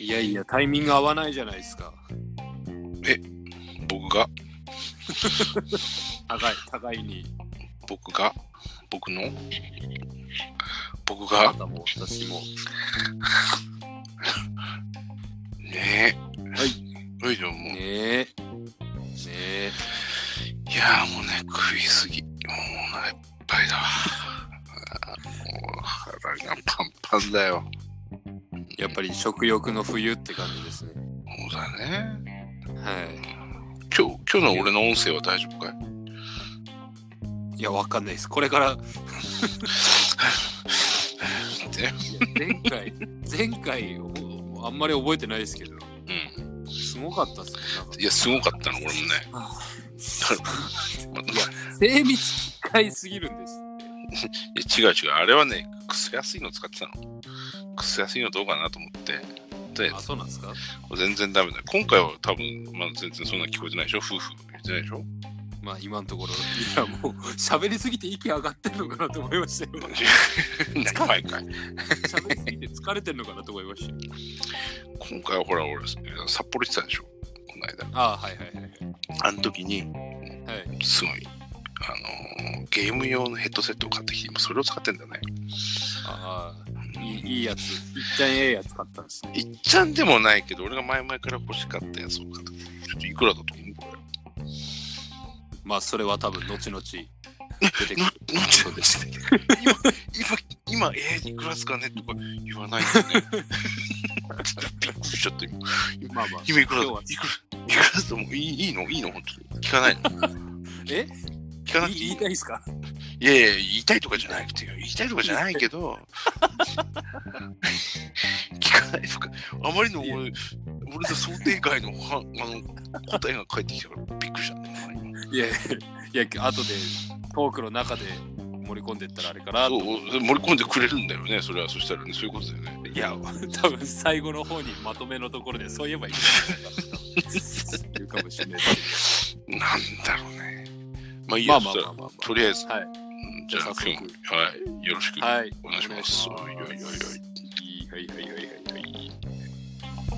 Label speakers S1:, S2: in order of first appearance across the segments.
S1: いやいや、タイミング合わないじゃないですか。
S2: 僕が、
S1: 互い、互いに。
S2: 僕が、僕の、僕が、
S1: たも、私も。
S2: ねえ。。
S1: はい
S2: はい、じゃあもう、
S1: ねえ。ねえ。
S2: いやーもうね、食いすぎ。もうお腹いっぱいだわ。あーもう腹がパンパンだよ。
S1: やっぱり食欲の冬って感じですね。
S2: そうだね。
S1: は
S2: 今日、今日の俺の音声は大丈夫かい
S1: い。いや、わかんないです。これから、
S2: って。
S1: いや前回、前回、おあんまり覚えてないですけど、
S2: うん。
S1: すごかったっすね。なんか
S2: いや、すごかったの、俺もね。ま
S1: 精密機械すぎるんです。
S2: いや違う違う。あれはね、くすやすいの使ってたの。くすやすいのどうかなと思って。で
S1: あ、、そうなんですか
S2: 全然ダメだ。今回は多分、まあ、全然そんな聞こえてないでしょ夫婦言ってないで しょ
S1: まあ今のところ、いやもう喋りすぎて息上がってるのかなと思いましたよ。
S2: 何毎回。
S1: 喋りすぎて疲れてるのかなと思いましたよ。
S2: 今回はほら、俺、札幌行ってたでしょこの間。
S1: ああ、はいはいはい
S2: あの時に、
S1: はい。はい、
S2: すごい、あのーゲーム用のヘッドセットを買ってきて、今それを使ってんだね。
S1: ああ、いいいいやつ。いっちゃんええやつ買ったんですね。
S2: いっちゃんでもないけど、俺が前々から欲しかったやつを買ってきて、ちょっといくらだと思うこ
S1: まあそれは多分後々出て
S2: れ。
S1: く
S2: な
S1: る。、
S2: なんちゃですね。今、今、今、えー、いくらですかねとか言わないんだ ね。びっくりしちゃった、今。
S1: まあまあ、
S2: 今いくらだ
S1: 今日はい
S2: くら、いくらですかもういいいいのいいの本当に。聞かないの
S1: え
S2: 聞かなく
S1: い
S2: てい
S1: 言
S2: い
S1: いたいですか
S2: いやいや、言いたいとかじゃなくてよ。言いたいとかじゃないけど。聞かないとか。あまりの俺、俺の想定外のはあの答えが返ってきたからびっくりした、ね。
S1: いやいや、いや後でトークの中で盛り込んでったらあれかな
S2: あ
S1: と。
S2: 盛り込んでくれるんだよね、それは。そしたらね、そういうことだよね。
S1: いや、多分最後の方にまとめのところでそういえばいいんじゃないかな言うかもしれない。
S2: なんだろうね。まあいい
S1: まあ
S2: や、
S1: まあ
S2: そ
S1: ま
S2: した
S1: あ
S2: ら
S1: まあ、ま
S2: とりあえず、
S1: あ。はい。
S2: じゃあ
S1: 早速
S2: 今日も、はい、よろしく
S1: はい。
S2: お願いします。おいおいおいおい
S1: はいはいはいはいはいはい。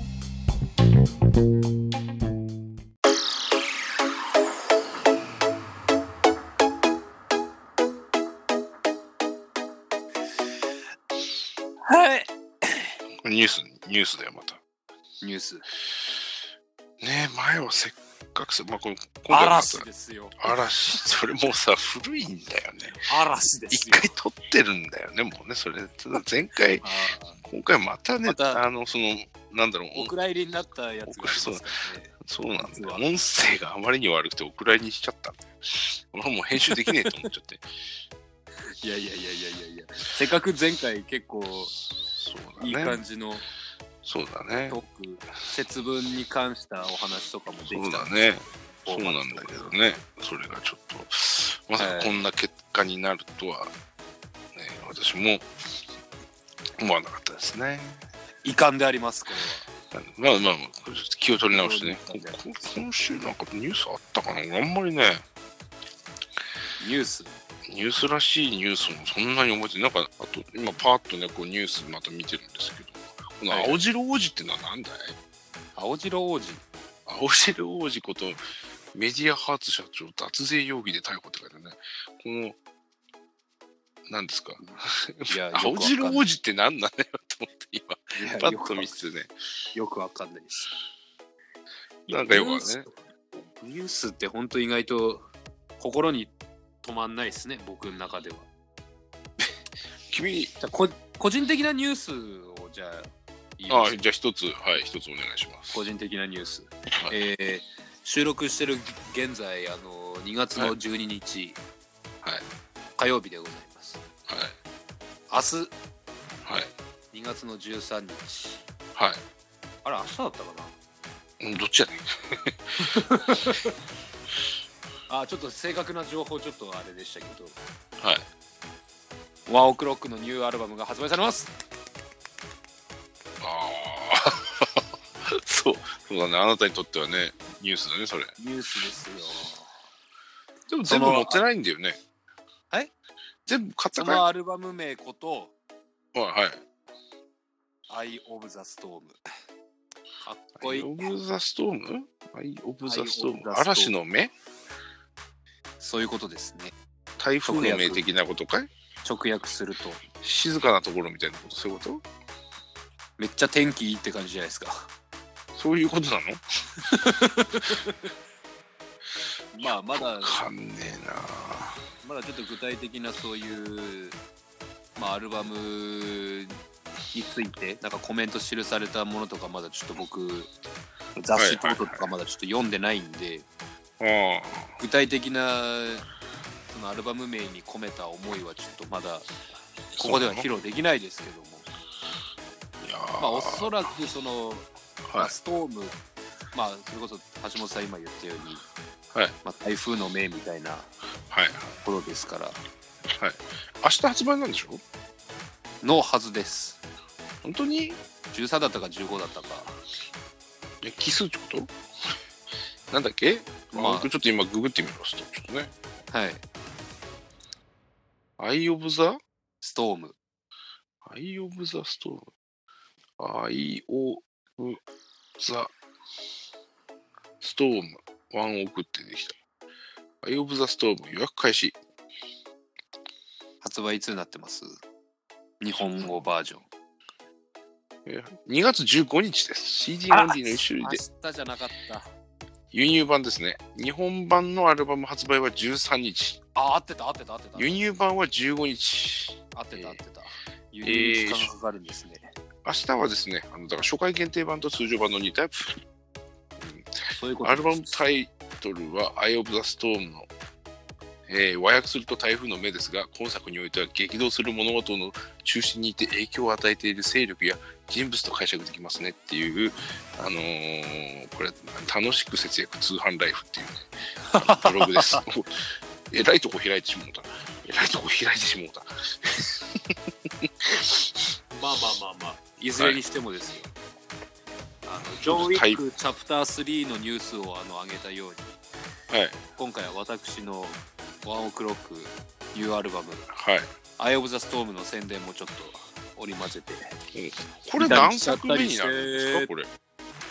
S1: はい。
S2: これニュース、ニュースだよ、また。
S1: ニュース。
S2: ねえ前はせっかくさ、まあ、これ今回また
S1: 嵐ですよ。
S2: 嵐、それもうさ、古いんだよね。
S1: 嵐で
S2: 一
S1: すよ。
S2: 回撮ってるんだよね、もうね、それ。ただ前回、
S1: あ
S2: 今回またね、
S1: また
S2: あの、その、なんだろう
S1: ー、お蔵入りになったやつがありますからね。
S2: そうなんだ
S1: 実
S2: よ。
S1: は
S2: 音声があまりに悪くてお蔵入りにしちゃったんだよ。俺はもう編集できねえと思っち ゃって。
S1: いやいやいやいやいやいや。せっかく前回結構
S2: そう
S1: いい
S2: だね。
S1: 感じの
S2: そうだね。
S1: トーク、節分に関したお話とかもできた
S2: そ
S1: ん
S2: う
S1: で
S2: だね。
S1: こ
S2: そう
S1: う
S2: なんだけどね。それがちょっと、まさかこんな結果になるとは、ね、私も思わなかったですね。
S1: 遺憾であります、こ
S2: まあまあまあ、これちょっと気を取り直してね。こ
S1: そうだね
S2: こ今週なんかニュースあったかな俺あんまりね、
S1: れは。ニュース。
S2: ニュースらしいニュースもそんなに覚えてない。なんか、あと今パーッとね、こうニュースまた見てるんですけど、この青白王子ってのはなんだい、
S1: 青白王子。
S2: 青白王子ことメディアハーツ社長脱税容疑で逮捕って書いてあるね。この、なんですか
S1: いや、よくわ
S2: 青
S1: かん
S2: 白
S1: ない
S2: 王子って何なのよと思って今、
S1: いや
S2: パ
S1: よ
S2: ッ
S1: く
S2: と
S1: わ
S2: 見ててね。
S1: よくわかんないです。
S2: なんかよくわ
S1: ニ
S2: か
S1: ュー
S2: んない
S1: スニュースって本当意外と心に止まんないですね、僕の中では。
S2: 君、
S1: じゃあこ個人的なニュースをじゃあ言い
S2: あ
S1: ま
S2: あ
S1: す、
S2: じゃあ一つ、はい、一つお願いします。
S1: 個人的なニュース。
S2: はい
S1: えー収録してる現在、あの2月の12日、
S2: はい
S1: 火曜日でございます。
S2: はい。
S1: 明
S2: はい。
S1: 日2月の13日。
S2: は。
S1: あれ、明日だったかない
S2: うんどっちやねん。
S1: あちょっと正確な情報ちょっとあれでしたけど
S2: はい。
S1: ワンオクロックのニューアルバムが発売されます
S2: ああ。 そう。そうだね。あなたにとってはね、ニュースだね、それ。
S1: ニュースですよ
S2: でも全部
S1: その
S2: 載ってないんだよね。
S1: はい
S2: 全部買った
S1: そ
S2: かい
S1: の
S2: は
S1: アルバム名こと
S2: いはい。
S1: 「Eye of the Storm」かっこ
S2: ア
S1: い
S2: イ・
S1: い
S2: オブ・ザ・ストームアイ・オブ・ザ・ストー
S1: Eye of the
S2: ム
S1: Storm
S2: 嵐の目
S1: そういうことですね
S2: 台風の目的なことかい
S1: 直訳すると
S2: 静かなところみたいなことそういうこと
S1: めっちゃ天気いいって感じじゃないですか
S2: そういうことなの
S1: まあまだ
S2: わかんねえな
S1: まだちょっと具体的なそういう、まあ、アルバムについてなんかコメント記されたものとかまだちょっと僕雑誌等々とかまだちょっと読んでないんで、
S2: あ
S1: 具体的なそのアルバム名に込めた思いはちょっとまだここでは披露できないですけども、
S2: あいや
S1: まあ、お
S2: ー
S1: そらくその、ま
S2: は
S1: あストーム、まあ、それこそ橋本さん今言ったように、
S2: はい
S1: まあ、台風の目みたいない
S2: はい
S1: ことですから
S2: 明日発売なんでしょ
S1: のはずです
S2: 本当に
S1: 13だったか15だったか
S2: え奇数ってことなんだっけ、
S1: まあ
S2: あ、僕ちょっと今ググってみますとちょっとね
S1: はい
S2: アイ・オブ・ザ・
S1: ストーム
S2: アイ・オブ・ザ・ストーム。アイ・オブ・ザ・ストーム。ワンオクってできた。アイ・オブ・ザ・ストーム。予約開始。
S1: 発売いつになってます日本語バージョン
S2: えー2月15日です。CD オンリーの一種類
S1: 明
S2: で
S1: 日じゃなかった
S2: 輸入版ですね。日本版のアルバム発売は13日。
S1: あ合ってた合ってた合ってた
S2: 輸入版は15日。
S1: 合ってた合ってた、輸
S2: え
S1: 入
S2: ー
S1: 期間がかかるんですね、
S2: 明日はですね、あのだから初回限定版と通常版の2タイプ。
S1: そういうこと
S2: アルバム
S1: です
S2: タイトルは「Eye of the Storm の」えー和訳すると台風の目ですが今作においては激動する物事の中心にいて影響を与えている勢力や人物と解釈できますねっていう、あのーこれ楽しく節約通販ライフっていうねあのブログです えらいとこ開いてしもうたえらいとこ開いてしもうた
S1: まあまあまあまあいずれにしてもですよ、あのジョン・ウィ
S2: タイ
S1: ックチャプター3のニュースをあの上げたように
S2: はい
S1: 今回は私のワンオクロックニューアルバム
S2: はい
S1: 「アイ・オブ・ザ・ストーム」の宣伝もちょっと織り交ぜて
S2: これ何作目になるんですかこれ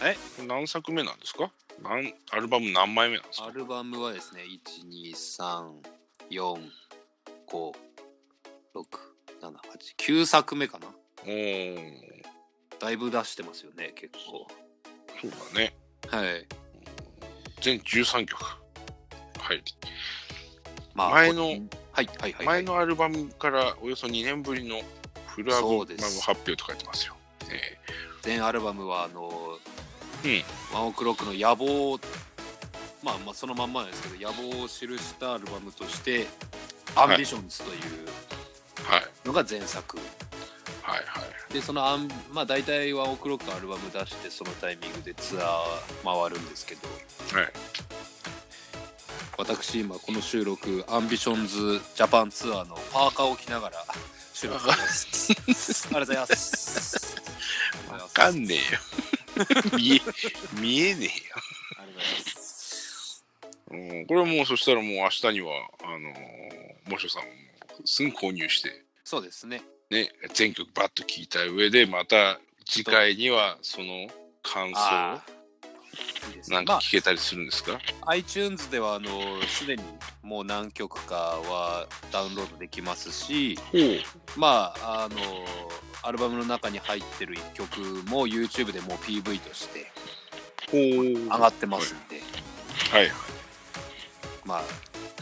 S1: え
S2: 何作目なんですか何アルバム何枚目なんですか
S1: アルバムはですね、1,2,3,4,5,6,7,8,9作目かな。
S2: おー
S1: だいぶ出してますよね、結構。
S2: そうだね
S1: はい。
S2: 全13曲はい、
S1: ま
S2: 前の
S1: はいはいはい、はい。
S2: 前のアルバムからおよそ2年ぶりのフルアルバ
S1: そ
S2: ム
S1: う
S2: 発
S1: です
S2: 表と書いてますよ、え
S1: 全アルバムは、あの、
S2: うん
S1: ワンオクロックの野望を、まあまあそのまんまなんですけど、野望を記したアルバムとして、アンビションズという
S2: ーはい
S1: のが前作。
S2: はいはい
S1: でそのアンまあ大体ワンオクロックアルバム出してそのタイミングでツアー回るんですけど、
S2: はい
S1: 私今この収録アンビションズジャパンツアーのパーカーを着ながら収録してます ありがとうございますありがとうございます
S2: わかんね えよ見え見えね
S1: ありがとうございます
S2: えよ、うん、これはもうそしたらもう明日にはあのー、もしょさんもすぐ購入して
S1: そうですね
S2: ね全曲バッと聴いた上でまた次回にはその感想
S1: あーいいです
S2: な
S1: ね
S2: んか
S1: ま
S2: 聞けたりするんですか、
S1: あ iTunes ではあのすでにもう何曲かはダウンロードできますし
S2: ほう
S1: まああのアルバムの中に入ってる1曲も YouTube でもう PV として
S2: ほう上
S1: 上がってますんで、
S2: はいはい
S1: まあ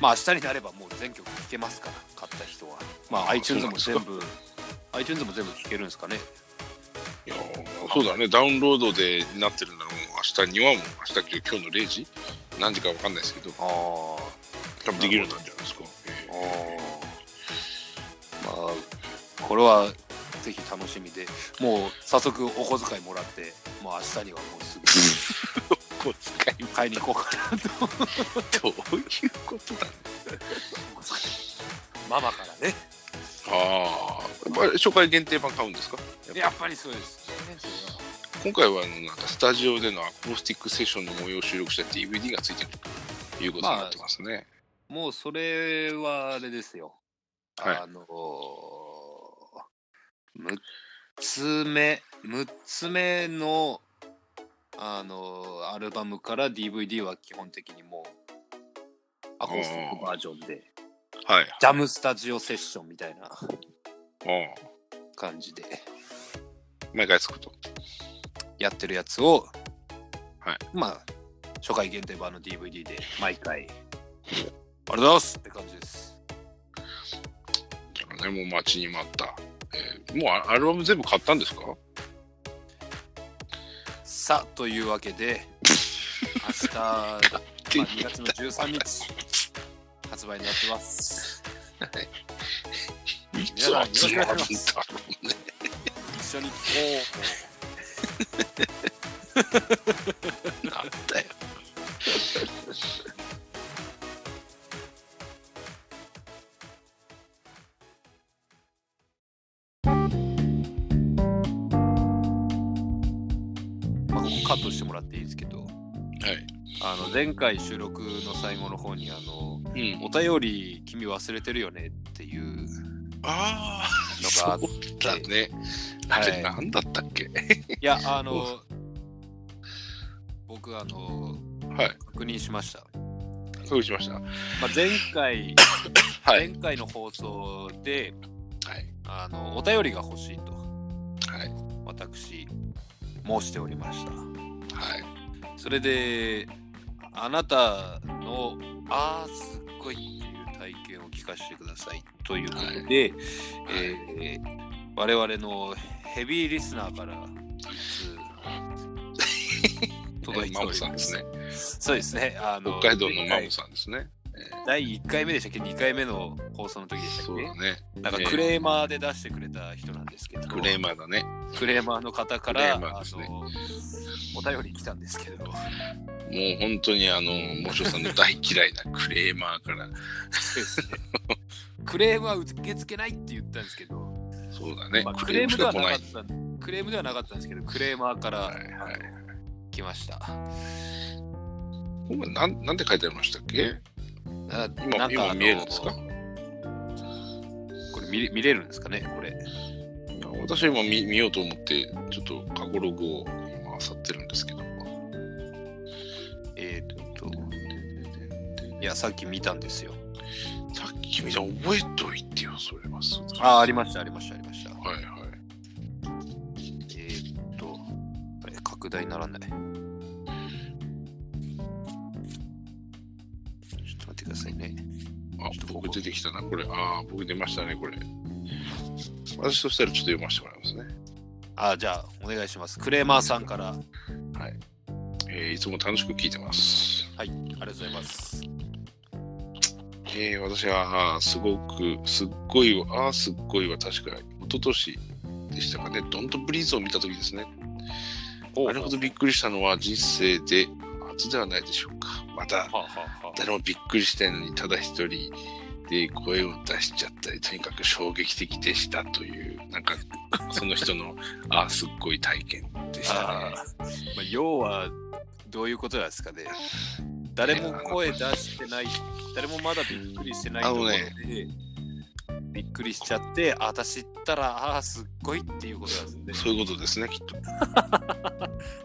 S1: まあ明日になればもう全曲聴けますから買った人はまあ
S2: あ
S1: iTunes も
S2: そ
S1: 全
S2: うなん
S1: 部 iTunes も全部聴けるんですかね
S2: いやーそうだねダウンロードでなってるんだろう明日にはもう明日今日の0時何時かわかんないですけど
S1: ああ
S2: 多分できるようになるんじゃないですか、
S1: ああまあこれはぜひ楽しみでもう早速お小遣いもらってもう明日にはもうすぐ
S2: 小遣い
S1: 買いに行こうかなと
S2: どういうことだ
S1: ママからね
S2: ああこれ初回限定版買うんですか
S1: やっぱりそうです
S2: 今回はあのなんかスタジオでのアコースティックセッションの模様を収録した DVD がついてるということになってますね、
S1: もうそれはあれですよ。
S2: はい
S1: あのー、6つ目6つ目のあのーアルバムから DVD は基本的にもうアコースティックバージョンで
S2: はい。
S1: ジャムスタジオセッションみたいな
S2: う
S1: 感じで
S2: ん。毎回作ると。
S1: やってるやつを、
S2: はい
S1: まあ初回限定版の DVD で毎回ありがとうございますって感じです
S2: だからね、もう待ちに待った。えーもうアアルバム全部買ったんですか
S1: さあというわけ で明日まあ、2月の13日発売になってます。
S2: いつ集まるんだろうね。
S1: 一緒にこ
S2: なんだよ。
S1: う、まあ、ここカットしてもらっていいですけど、
S2: はい。
S1: あの前回収録の最後の方にあの
S2: うん
S1: お。便り君忘れてるよねっていう
S2: ああ、
S1: のがあっ
S2: そうだね。あ
S1: は
S2: れ、
S1: い
S2: なんだったっけ
S1: いやあの僕あの
S2: はい。
S1: 確認しました。
S2: 確認しました。は
S1: まあ、前回、
S2: い。
S1: 前回の放送で
S2: はい。
S1: あのお便りが欲しいと
S2: はい。
S1: 私申しておりました。
S2: はい。
S1: それであなたの「あーすっごい」っていう体験を聞かせてくださいということで、えー我々のヘビーリスナーから一通届いて
S2: マ
S1: おり
S2: モ
S1: ます
S2: さんですね。
S1: そうですねあの
S2: 北海道のマモさんですね。
S1: 第1回目でしたっけ2回目の放送の時でした
S2: そ
S1: っ
S2: う
S1: け
S2: だね。
S1: なんかクレーマーで出してくれた人なんですけど
S2: クレーマーだね。
S1: クレーマーの方か
S2: クレ
S1: ら、
S2: ーマー
S1: あ
S2: ですね
S1: のお便り来たんですけど
S2: もう本当にあの、もしおさんの大嫌いなクレーマーから。
S1: クレームは受け付けないって言ったんですけど、
S2: そうだね
S1: まあ。ク
S2: ク
S1: レ
S2: レ
S1: ー
S2: ー
S1: ム
S2: ム
S1: で
S2: が
S1: は
S2: 来
S1: なか
S2: ない
S1: っ。たクレームではなかったんですけどクレーマーから、
S2: はいはい
S1: あの来ました
S2: これなんなんて書いてありましたっけ
S1: あな
S2: 今
S1: んかあ
S2: 今
S1: の
S2: 見えるんですか
S1: これ見れ見れるんですかねこれ
S2: いや私は今見見ようと思ってちょっと過去ログを今漁ってるんですけど
S1: えー、っといやさっき見たんですよ
S2: さっき見た覚えといてよそれはす
S1: あありましたありましたありました
S2: はいはい
S1: えー、っとあれ拡大ならないちょっと待ってくださいね
S2: あ僕出てきたなこれああ僕出ましたねこれ私としたらちょっと読ませてもらいますね
S1: あじゃあお願いしますクレーマーさんからはい
S2: えーいつも楽しく聞いてます
S1: ありがとうございます
S2: えー私はあーすごくすっごいはあーすっごいは確か一昨年でしたかねドントブリーズを見た時ですねあれほどびっくりしたのは人生で初ではないでしょうかまた
S1: はあはあはあ
S2: 誰もびっくりしてないのにただ一人で声を出しちゃったりとにかく衝撃的でしたというなんかその人の あーすっごい体験でしたね
S1: あーまあ、要はどういうことなんですかね誰も声出してない誰もまだびっくりしてないところで、
S2: あ
S1: びっくりしちゃってあ私ったらああーすっごいっていうことなんですよね
S2: そういうことですねきっと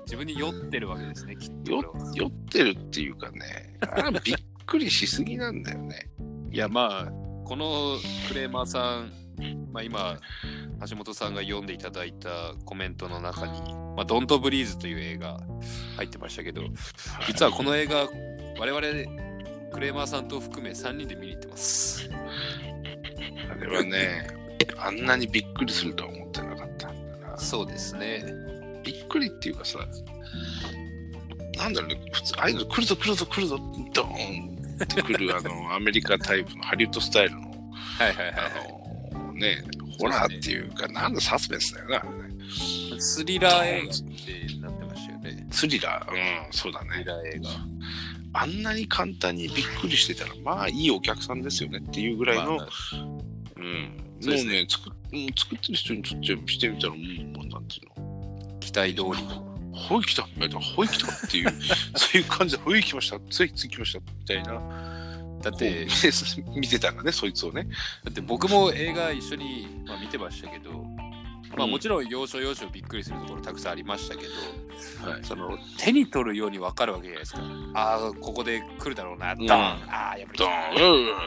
S1: 自分に酔ってるわけですねきっと
S2: 酔
S1: これは
S2: 酔ってるっていうかねあれびっくりしすぎなんだよね
S1: いやまあこのクレーマーさん、まあ、今橋本さんが読んでいただいたコメントの中に「まあ、ドントブリーズ」という映画入ってましたけど実はこの映画我々クレーマーさんと含め3人で見に行ってます
S2: あれ はねあんなにびっくりするとは思ってなかったんだな
S1: そうですね
S2: びっくりっていうかさなんだろうね普通ああいうの来るぞ来るぞ来るぞドーンって来るあのアメリカタイプのハリウッドスタイルの
S1: はいはいはい
S2: あのねホラーっていうかなんだサスペンスだよなあれね
S1: スリラー映画ってなってましたよね
S2: スリラーうんそうだ
S1: スリ
S2: ね
S1: ラー映画
S2: あんなに簡単にびっくりしてたらまあいいお客さんですよねっていうぐらいの、
S1: まあ
S2: うん
S1: そうです
S2: もうね作っうん作ってる人にとってしてみたらもうもうなんていうの
S1: 期待通り
S2: ほい来 たみたいな、ほい来たっていう、そういう感じで、ほい来ました、ついつい来ましたみたいな
S1: だって
S2: こう見て見てたんだねそいつをね
S1: だって僕も映画一緒に、まあ、見てましたけど、まあ、
S2: うん
S1: もちろん要所要所びっくりするところたくさんありましたけど、
S2: はい
S1: その手に取るように分かるわけじゃないですかああここで来るだろうなドーン、
S2: うん
S1: ああやっぱり来
S2: ド
S1: た
S2: ーンうわ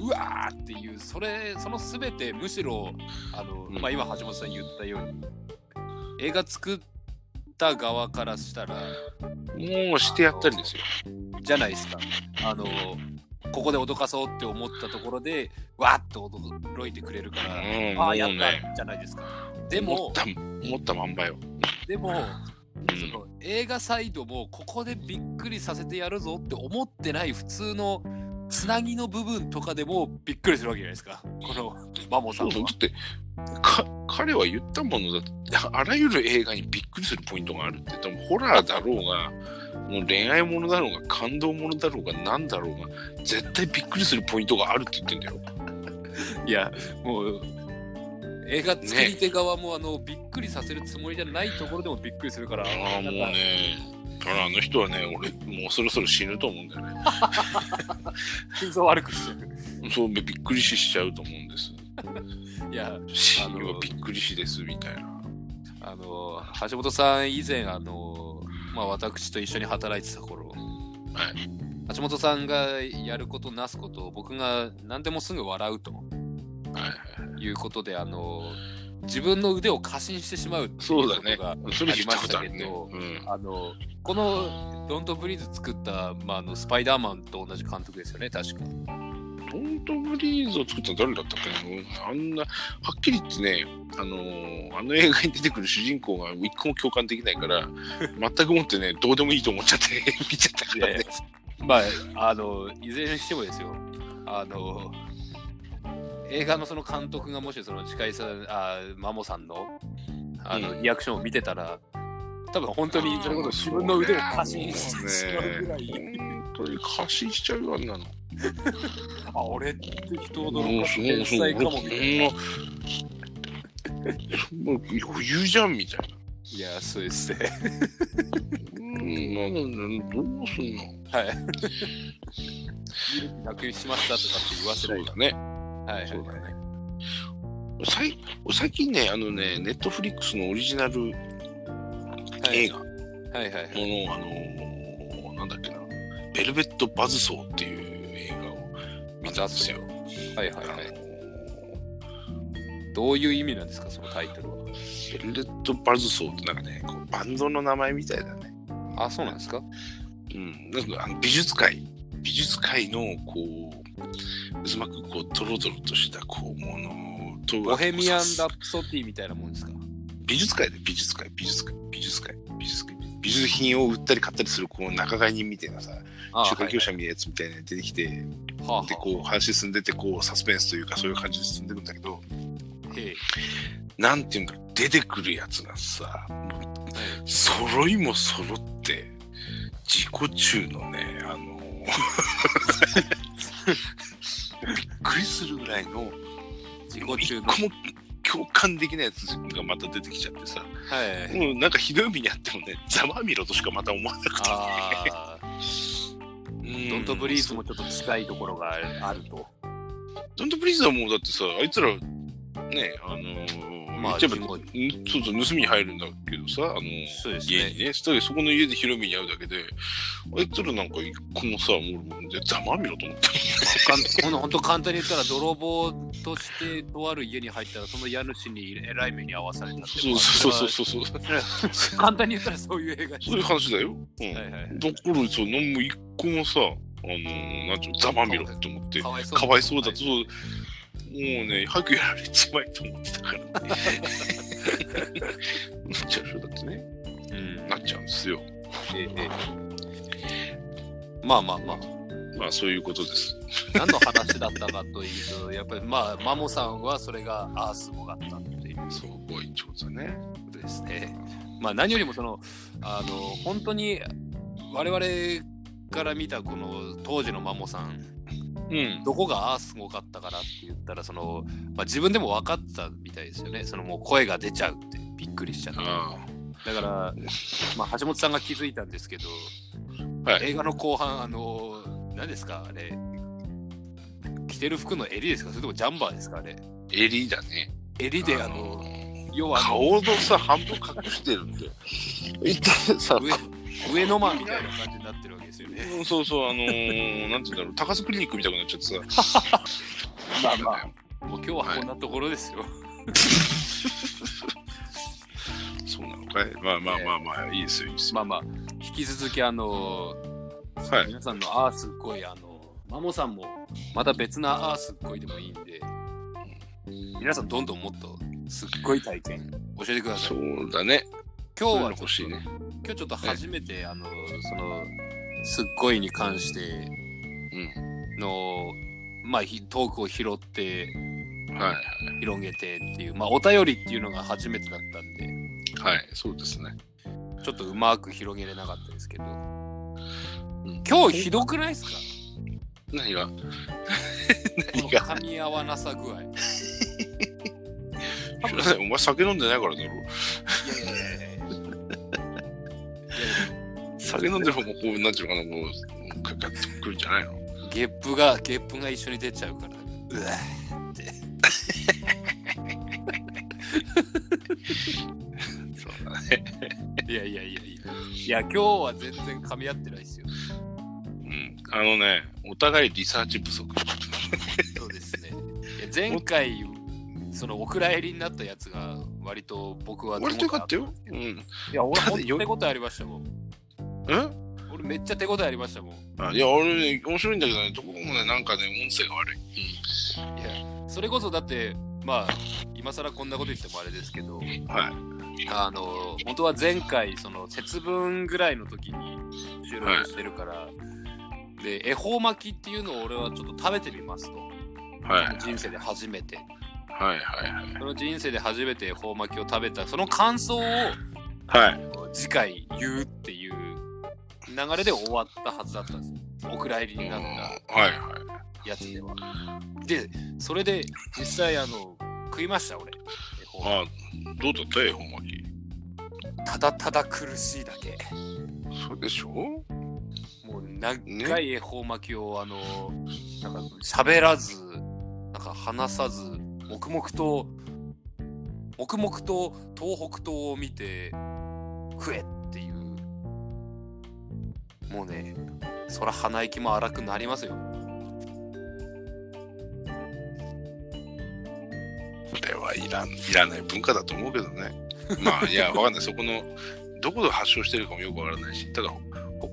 S1: うわーっていうそれその全てむしろあの、
S2: うん
S1: まあ、今橋本さん言ったように映画作った側からしたら
S2: ーもうしてやったりですよ
S1: じゃないですかあのここで脅かそうって思ったところでわーっと驚いてくれるから、
S2: うん
S1: あ
S2: もう
S1: あやっ
S2: ね
S1: たじゃないですか。でも
S2: 持った持ったまんまよ
S1: でも、
S2: うん
S1: その映画サイドもここでびっくりさせてやるぞって思ってない普通のつなぎの部分とかでもびっくりするわけじゃないですかこのマモさ
S2: そ
S1: ん
S2: うだ
S1: は
S2: だってか彼は言ったものだって あらゆる映画にびっくりするポイントがあるってでもホラーだろうがもう恋愛ものだろうが感動ものだろうが何だろうが絶対びっくりするポイントがあるって言ってんだよ。
S1: いやもう映画作り手側もあのびっくりさせるつもりじゃないところでもびっくりするから
S2: ああも
S1: な
S2: う
S1: んか
S2: ねあらあの人はね俺もうそろそろ死ぬと思うんだよね。
S1: 心臓悪くしてる
S2: そうびっくり死しちゃうと思うんです。
S1: いや
S2: 死にはびっくり死ですみたいな。
S1: あの橋本さん以前あのまあ私と一緒に働いてた頃、
S2: は
S1: 橋本さんがやることなすことを僕が何でもすぐ笑うと
S2: はいはい、
S1: いうことであの自分の腕を過信してしまうってい
S2: そうう
S1: こ
S2: だね
S1: とが
S2: それ言ったことあるね。
S1: ありま
S2: うん
S1: あのこの「ドントブリーズ」作った、まあ、あのスパイダーマンと同じ監督ですよね確か
S2: トントブリーズを作ったの誰だったっけな、あんなはっきり言ってね、あのーあの映画に出てくる主人公が一個も共感できな いから全くもってねどうでもいいと思っちゃって 見ちゃったか らね
S1: まああのいずれにしてもですよあの映画のその監督がもしその近井さんあマモさんのあの、
S2: う
S1: リアクションを見てたら多分本当にそれこそ自分の腕を過信してしまうぐらい、
S2: ね本当に過信しちゃうよあんなの
S1: あ、俺って人を
S2: も
S1: 驚
S2: う
S1: か
S2: す
S1: す
S2: ごい
S1: 天
S2: すごい
S1: 才
S2: 俺
S1: か
S2: こん
S1: もみたいな。
S2: なもう余裕じゃんみたいない
S1: や、そうです ね。
S2: うんなんだどうすんの
S1: はい。なくしましたとかって言わせ
S2: そ
S1: な
S2: うだね
S1: い。
S2: そうだ
S1: はい。
S2: ね。最最近ね、あのね、ネットフリックスのオリジナル映画の、
S1: はいはいはい。
S2: あのーなんだっけな、ベルベット・バズソーっていう映画を見たんですよ。
S1: はいはい
S2: あの
S1: はい。
S2: ー
S1: どういう意味なんですか、そのタイトルは。
S2: ベルベット・バズソーってなんかね、こうバンドの名前みたいだね。
S1: あ、そうなんですか
S2: うん、なんかあの美術界、美術界のこう、渦巻くこうドロドロとしたこうものと
S1: ボヘミアン・
S2: だ
S1: ラプソディみたいなもんですか
S2: 美術界で美術界美術界美術界美術界美術品を売ったり買ったりするこう仲買人みたいなさ
S1: あ
S2: 仲
S1: はい
S2: 介業者みたいなやつみたいなのが出てきて、
S1: はあは
S2: でこう話進んでてこうサスペンスというかそういう感じで進んでくんだけど
S1: あ。へえ
S2: なんていうんだろう出てくるやつがさもう揃いも揃って自己中のねあの びっくりするぐらいの
S1: 自己中
S2: 一
S1: の。
S2: 個も共感できないやつがまた出てきちゃってさ
S1: はい。
S2: もうなんかひどい目にあってもね、ざまあみろとしかまた思わなくて。
S1: ああ。ドント・ブリーズもちょっと近いところがあると。
S2: ドントブリーズはもうだってさ、あいつら、ね、あのー、
S1: まあ
S2: 言っちゃ
S1: 自
S2: えば、
S1: 分
S2: んそうそう、盗みに入るんだけどさ、あのー、
S1: そうですね
S2: 家にね、そしたらそこの家で広めに会うだけで、あいつらなんか一個もさ、もう、ざまあみろと思って。
S1: かんほんほんと簡単に言ったら泥棒としてとある家に入ったらその家主にえらい目に遭わされたって
S2: そうそうそうそうそう。
S1: まあそれはそれは簡単に言ったらそういう映画
S2: そういう話だよ。うん。
S1: はいはい
S2: だからさ、なんも一個もさ、あのー、なんちゅうの、ざまあみろって思って
S1: か、わいそう
S2: かわいそうだ
S1: は
S2: と、もうね、早くやられちまえと思ってたから ね。 なっちゃうでしょだってね。
S1: いうん
S2: なっちゃうんですよ。
S1: ええええまあまあまあ
S2: まあそういうことです。
S1: 何の話だったかというとやっぱりまあマモさんはそれがああすごかったっていう
S2: すごい上手だね。
S1: ことですねまあ何よりもそのあの本当に我々から見たこの当時のマモさん
S2: うん。
S1: どこがああすごかったからって言ったらその、まあ、自分でも分かってたみたいですよねそのもう声が出ちゃうってびっくりしちゃって
S2: あ
S1: だから、まあ、橋本さんが気づいたんですけど、
S2: はい
S1: 映画の後半あの何ですかあれ着てる服の襟ですかそれともジャンバーですかあれ
S2: 襟だね。
S1: 襟であの、
S2: ー
S1: 要はあの
S2: 顔のさ、半分隠してるん で。一体さ、
S1: 上上の間みたいな感じになってるわけですよね
S2: うんそうそう、あのー、なんて言うんだろう、高須クリニックみたくなっちゃってさ。
S1: まあまもう今日はこんなところですよ、
S2: そうなのかいまあまあまあまあ、いいですよ、いいですよ。
S1: まあまあ引き続きあの
S2: はい。
S1: 皆さんのああすっごいあのマモさんもまた別なああすっごいでもいいんで皆さんどんどんもっとすっごい体験教えてくださ
S2: そ
S1: いう
S2: だね。
S1: 今日は
S2: 欲しいね。
S1: 今日ちょっと初めて、あのそのすっごいに関して
S2: う
S1: のまあひトークを拾って
S2: ん。はい
S1: 広げてっていうまあお便りっていうのが初めてだったんで
S2: はい。はい、そうですね。
S1: ちょっとうまく広げれなかったですけど
S2: ん
S1: 今日ひどくないですか
S2: 何が
S1: この
S2: 何が
S1: 噛み合わなさ具合い
S2: 知らない お前酒飲んでないからだろ。
S1: やいやいやいやいや
S2: 酒飲んでる方もこう、なんていうのかな、もう、かかってくるんじゃないの
S1: ゲップがゲップが一緒に出ちゃうからうわ
S2: そうだね。
S1: いやいやいやいやいや今日は全然噛み合ってないですよ
S2: うん。あのね、お互いリサーチ不足。
S1: そうですね。いや前回、そのお蔵入りになったやつが、割と僕は。
S2: 割とよかったよ。うん。
S1: いや、俺、
S2: だっ
S1: ほ
S2: て
S1: んと手応えありましたもん。
S2: うん
S1: 俺、めっちゃ手応えありましたもん。
S2: あいや、俺ね、面白いんだけどね、どこもね、なんかね、音声が悪い。
S1: それこそ、だって、まあ、今更こんなこと言ってもあれですけど、
S2: はい。
S1: あの、本当は前回、その、節分ぐらいの時に収録してるから、で、恵方巻きっていうのを俺はちょっと食べてみますと。
S2: はい。
S1: 人生で初めて。
S2: はいはいはい。
S1: その人生で初めて恵方巻きを食べた、その感想を、
S2: はい。
S1: 次回言うっていう流れで終わったはずだったんですよ。お蔵入りになっ
S2: はいは
S1: たやつでは。で、それで実際あの食いました俺。
S2: い。あどうだった絵本巻き。
S1: ただただ苦しいだけ。
S2: そうでしょ
S1: もう長い恵方巻きをあの、なんか喋らず、なんか話さず、黙々と、黙々と東北東を見て、食えっていう。もうね、そら鼻息も荒くなりますよ。
S2: それはいらん、いらない文化だと思うけど ね。まあ、いや、わかんない。そこの、どこで発祥してるかもよくわからないし、ただ、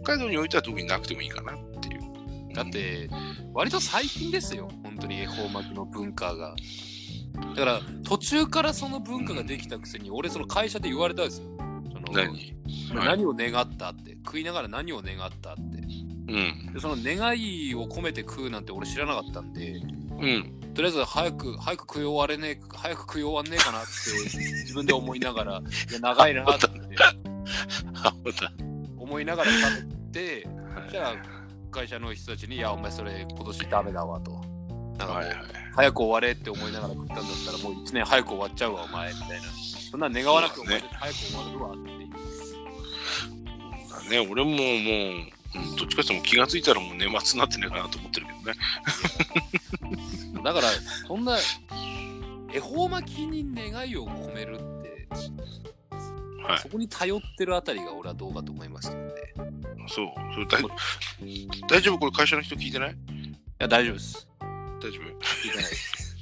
S2: 北海道においては特になくてもいいかなっていう。
S1: だって割と最近ですよ本当に恵方巻きの文化がだから途中からその文化ができたくせに俺その会社で言われたんですよその
S2: 何
S1: 何を願ったって食いながら何を願ったって
S2: うん。
S1: でその願いを込めて食うなんて俺知らなかったんで
S2: うん。
S1: とりあえず早く早く食い終われねえ早く食い終わんねえか なって自分で思いながらいや長いなって
S2: あ、ほだ。
S1: 思いながら食べて
S2: はい
S1: じゃあ会社の人たちに「いやお前それ今年ダメだわ」と。なんかも
S2: は
S1: う
S2: いはい。
S1: 早く終われって思いながら食ったんだったらもう1年早く終わっちゃうわお前みたいなそんな願わなくてお前早く終わるわっていう
S2: だね、俺ももう、うんどっちかっていうと気がついたらもう年末になってねえかなと思ってるけどね。
S1: だからそんな恵方巻きに願いを込めるって
S2: はい
S1: そこに頼ってるあたりが俺はどうかと思いますけどねい
S2: そう。それ大大丈夫これ会社の人聞いてない
S1: や大丈夫です
S2: 大丈夫
S1: 聞いてないです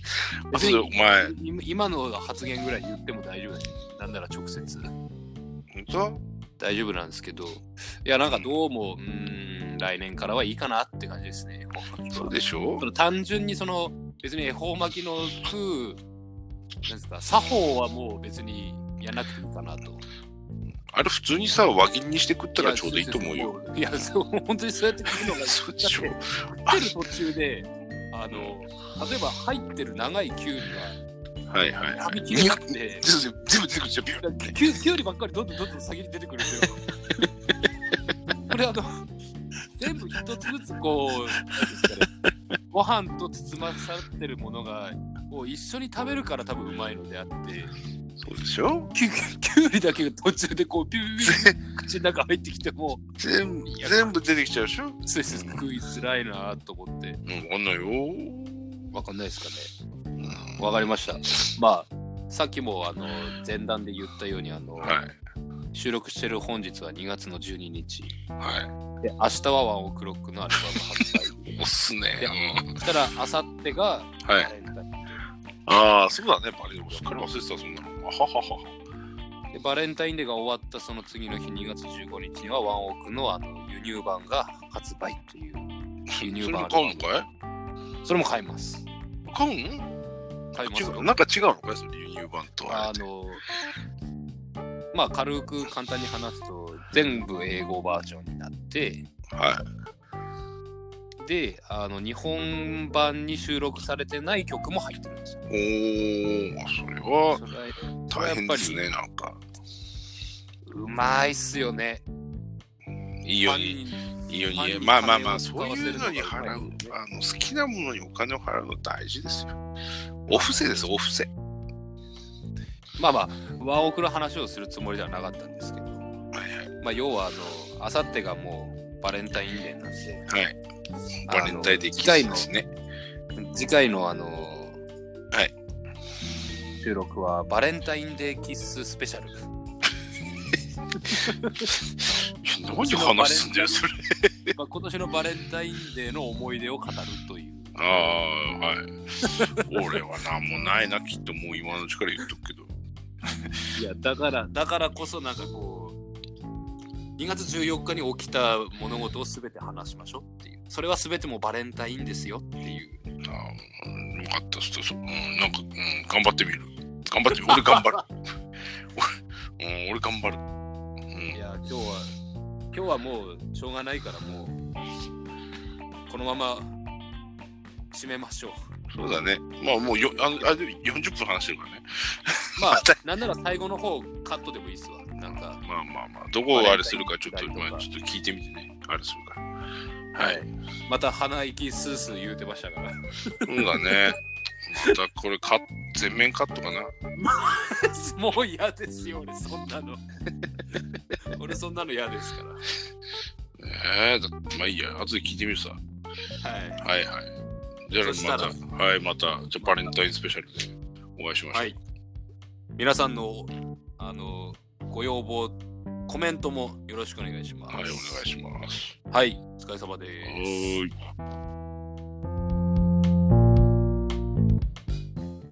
S2: あそうだよお前、
S1: 今今の発言ぐらい言っても大丈夫だしなんなら直接
S2: 本当
S1: 大丈夫なんですけどいやなんかどうもうーん来年からはいいかなって感じですね恵方巻きは
S2: そうでしょ
S1: その単純にその別に恵方巻きの食うなんですか作法はもう別にやらなくていいかなと。
S2: あれ普通にさ、輪切りにして食ったらちょうどいいと思うよ。
S1: いや、そう本当にそうやって聞くのが
S2: そうでしょ
S1: 食ってる途中で、あの例えば入ってる長いきゅうり
S2: はいはい
S1: が
S2: はい。
S1: 食べきれなくて。
S2: 全部全部出てくるじゃん、ビュン
S1: きゅきゅうりばっかりどんどんどんどん先に出てくるんですよ。これあの全部一つずつこうなんですかねご飯と包まされてるものがを一緒に食べるから多分うまいのであって
S2: そうでしょ
S1: きゅきゅうりだけが途中でこうビュービュービュー口の中入ってきても
S2: 全部全部出てきちゃうでしょ
S1: そうです食いづらいなと思って
S2: うん、わかんないよ。
S1: わかんないですかね。
S2: うん
S1: わかりました。まあ、さっきもあの前段で言ったように、あの、
S2: はい
S1: 収録してる本日は2月の12日。
S2: は
S1: で、明日はワンオクロックのアルバム発売。
S2: いおすね
S1: いや
S2: うん
S1: そしたら、あさってが、
S2: はい
S1: バレンタイン
S2: ああそうだねバレーボールすっかり忘れてたそんなのあははは
S1: でバレンタインデーが終わったその次の日2月15日にはワンオークのあの輸入版が発売という輸
S2: そ
S1: 入
S2: れ
S1: 版
S2: も買うのかい
S1: それも買います
S2: 買うの
S1: 買います
S2: 違
S1: よ
S2: うなんか違うのかいその輸入版とは
S1: あのまあ軽く簡単に話すと全部英語バージョンになって
S2: はい
S1: であの日本版に収録されてない曲も入ってるんですよ
S2: おーそれは
S1: それは
S2: 大変ですねなんか
S1: うまいっすよね
S2: いいようにいいようにまあまあまあそういうのに払うあの好きなものにお金を払うの大事ですよお布施ですお布施
S1: まあまあワンオクの話をするつもりではなかったんですけど
S2: はいはい
S1: まあ、要はあの、あさってがもうバレンタインデーなんで、
S2: はいバレンタインデー
S1: 次回
S2: キス
S1: の
S2: で、すね
S1: 次回のあの、
S2: はい。
S1: 収録はバレンタインデーキッススペシャル。
S2: いや何話すんだよそれ
S1: まあ、今年のバレンタインデーの思い出を語るという。
S2: ああはい 俺は何もないなきっともう今のうちから言っとくけど
S1: いや、だから、だからこそなんかこう、2月14日に起きた物事を全て話しましょうっていう。それは全てもうバレンタインですよっていう。
S2: ああうんよかったそそ、うん、なんか、うん、頑張ってみる頑張ってみる俺頑張る 俺,、うん、俺頑張る、うん
S1: いや今日は今日はもうしょうがないからもうこのまま締めま しょう
S2: そうだね。まあもうよあのあでも40分話してるからね。
S1: まあなんなら最後の方カットでもいいっすわなんか
S2: まあまあまあ、どこをあれするかちょっと、まあ、ちょっと聞いてみてね。あれするから。はい。
S1: また鼻息スースー言うてましたから
S2: そうだね。またこれカット全面カットかな。
S1: もう嫌ですよ俺そんなの 俺そんなの嫌ですから
S2: ええだってまあいいや。後で聞いてみるさ。
S1: は
S2: はいはい。じゃ
S1: そした
S2: あ
S1: ら
S2: また、はい、また、じゃあバレンタインスペシャルでお会いしましょう。
S1: い、はい、皆さんのあのご要望コメントもよろしくお願いします
S2: はい、お願いします。
S1: はいお疲れ様です
S2: はーい。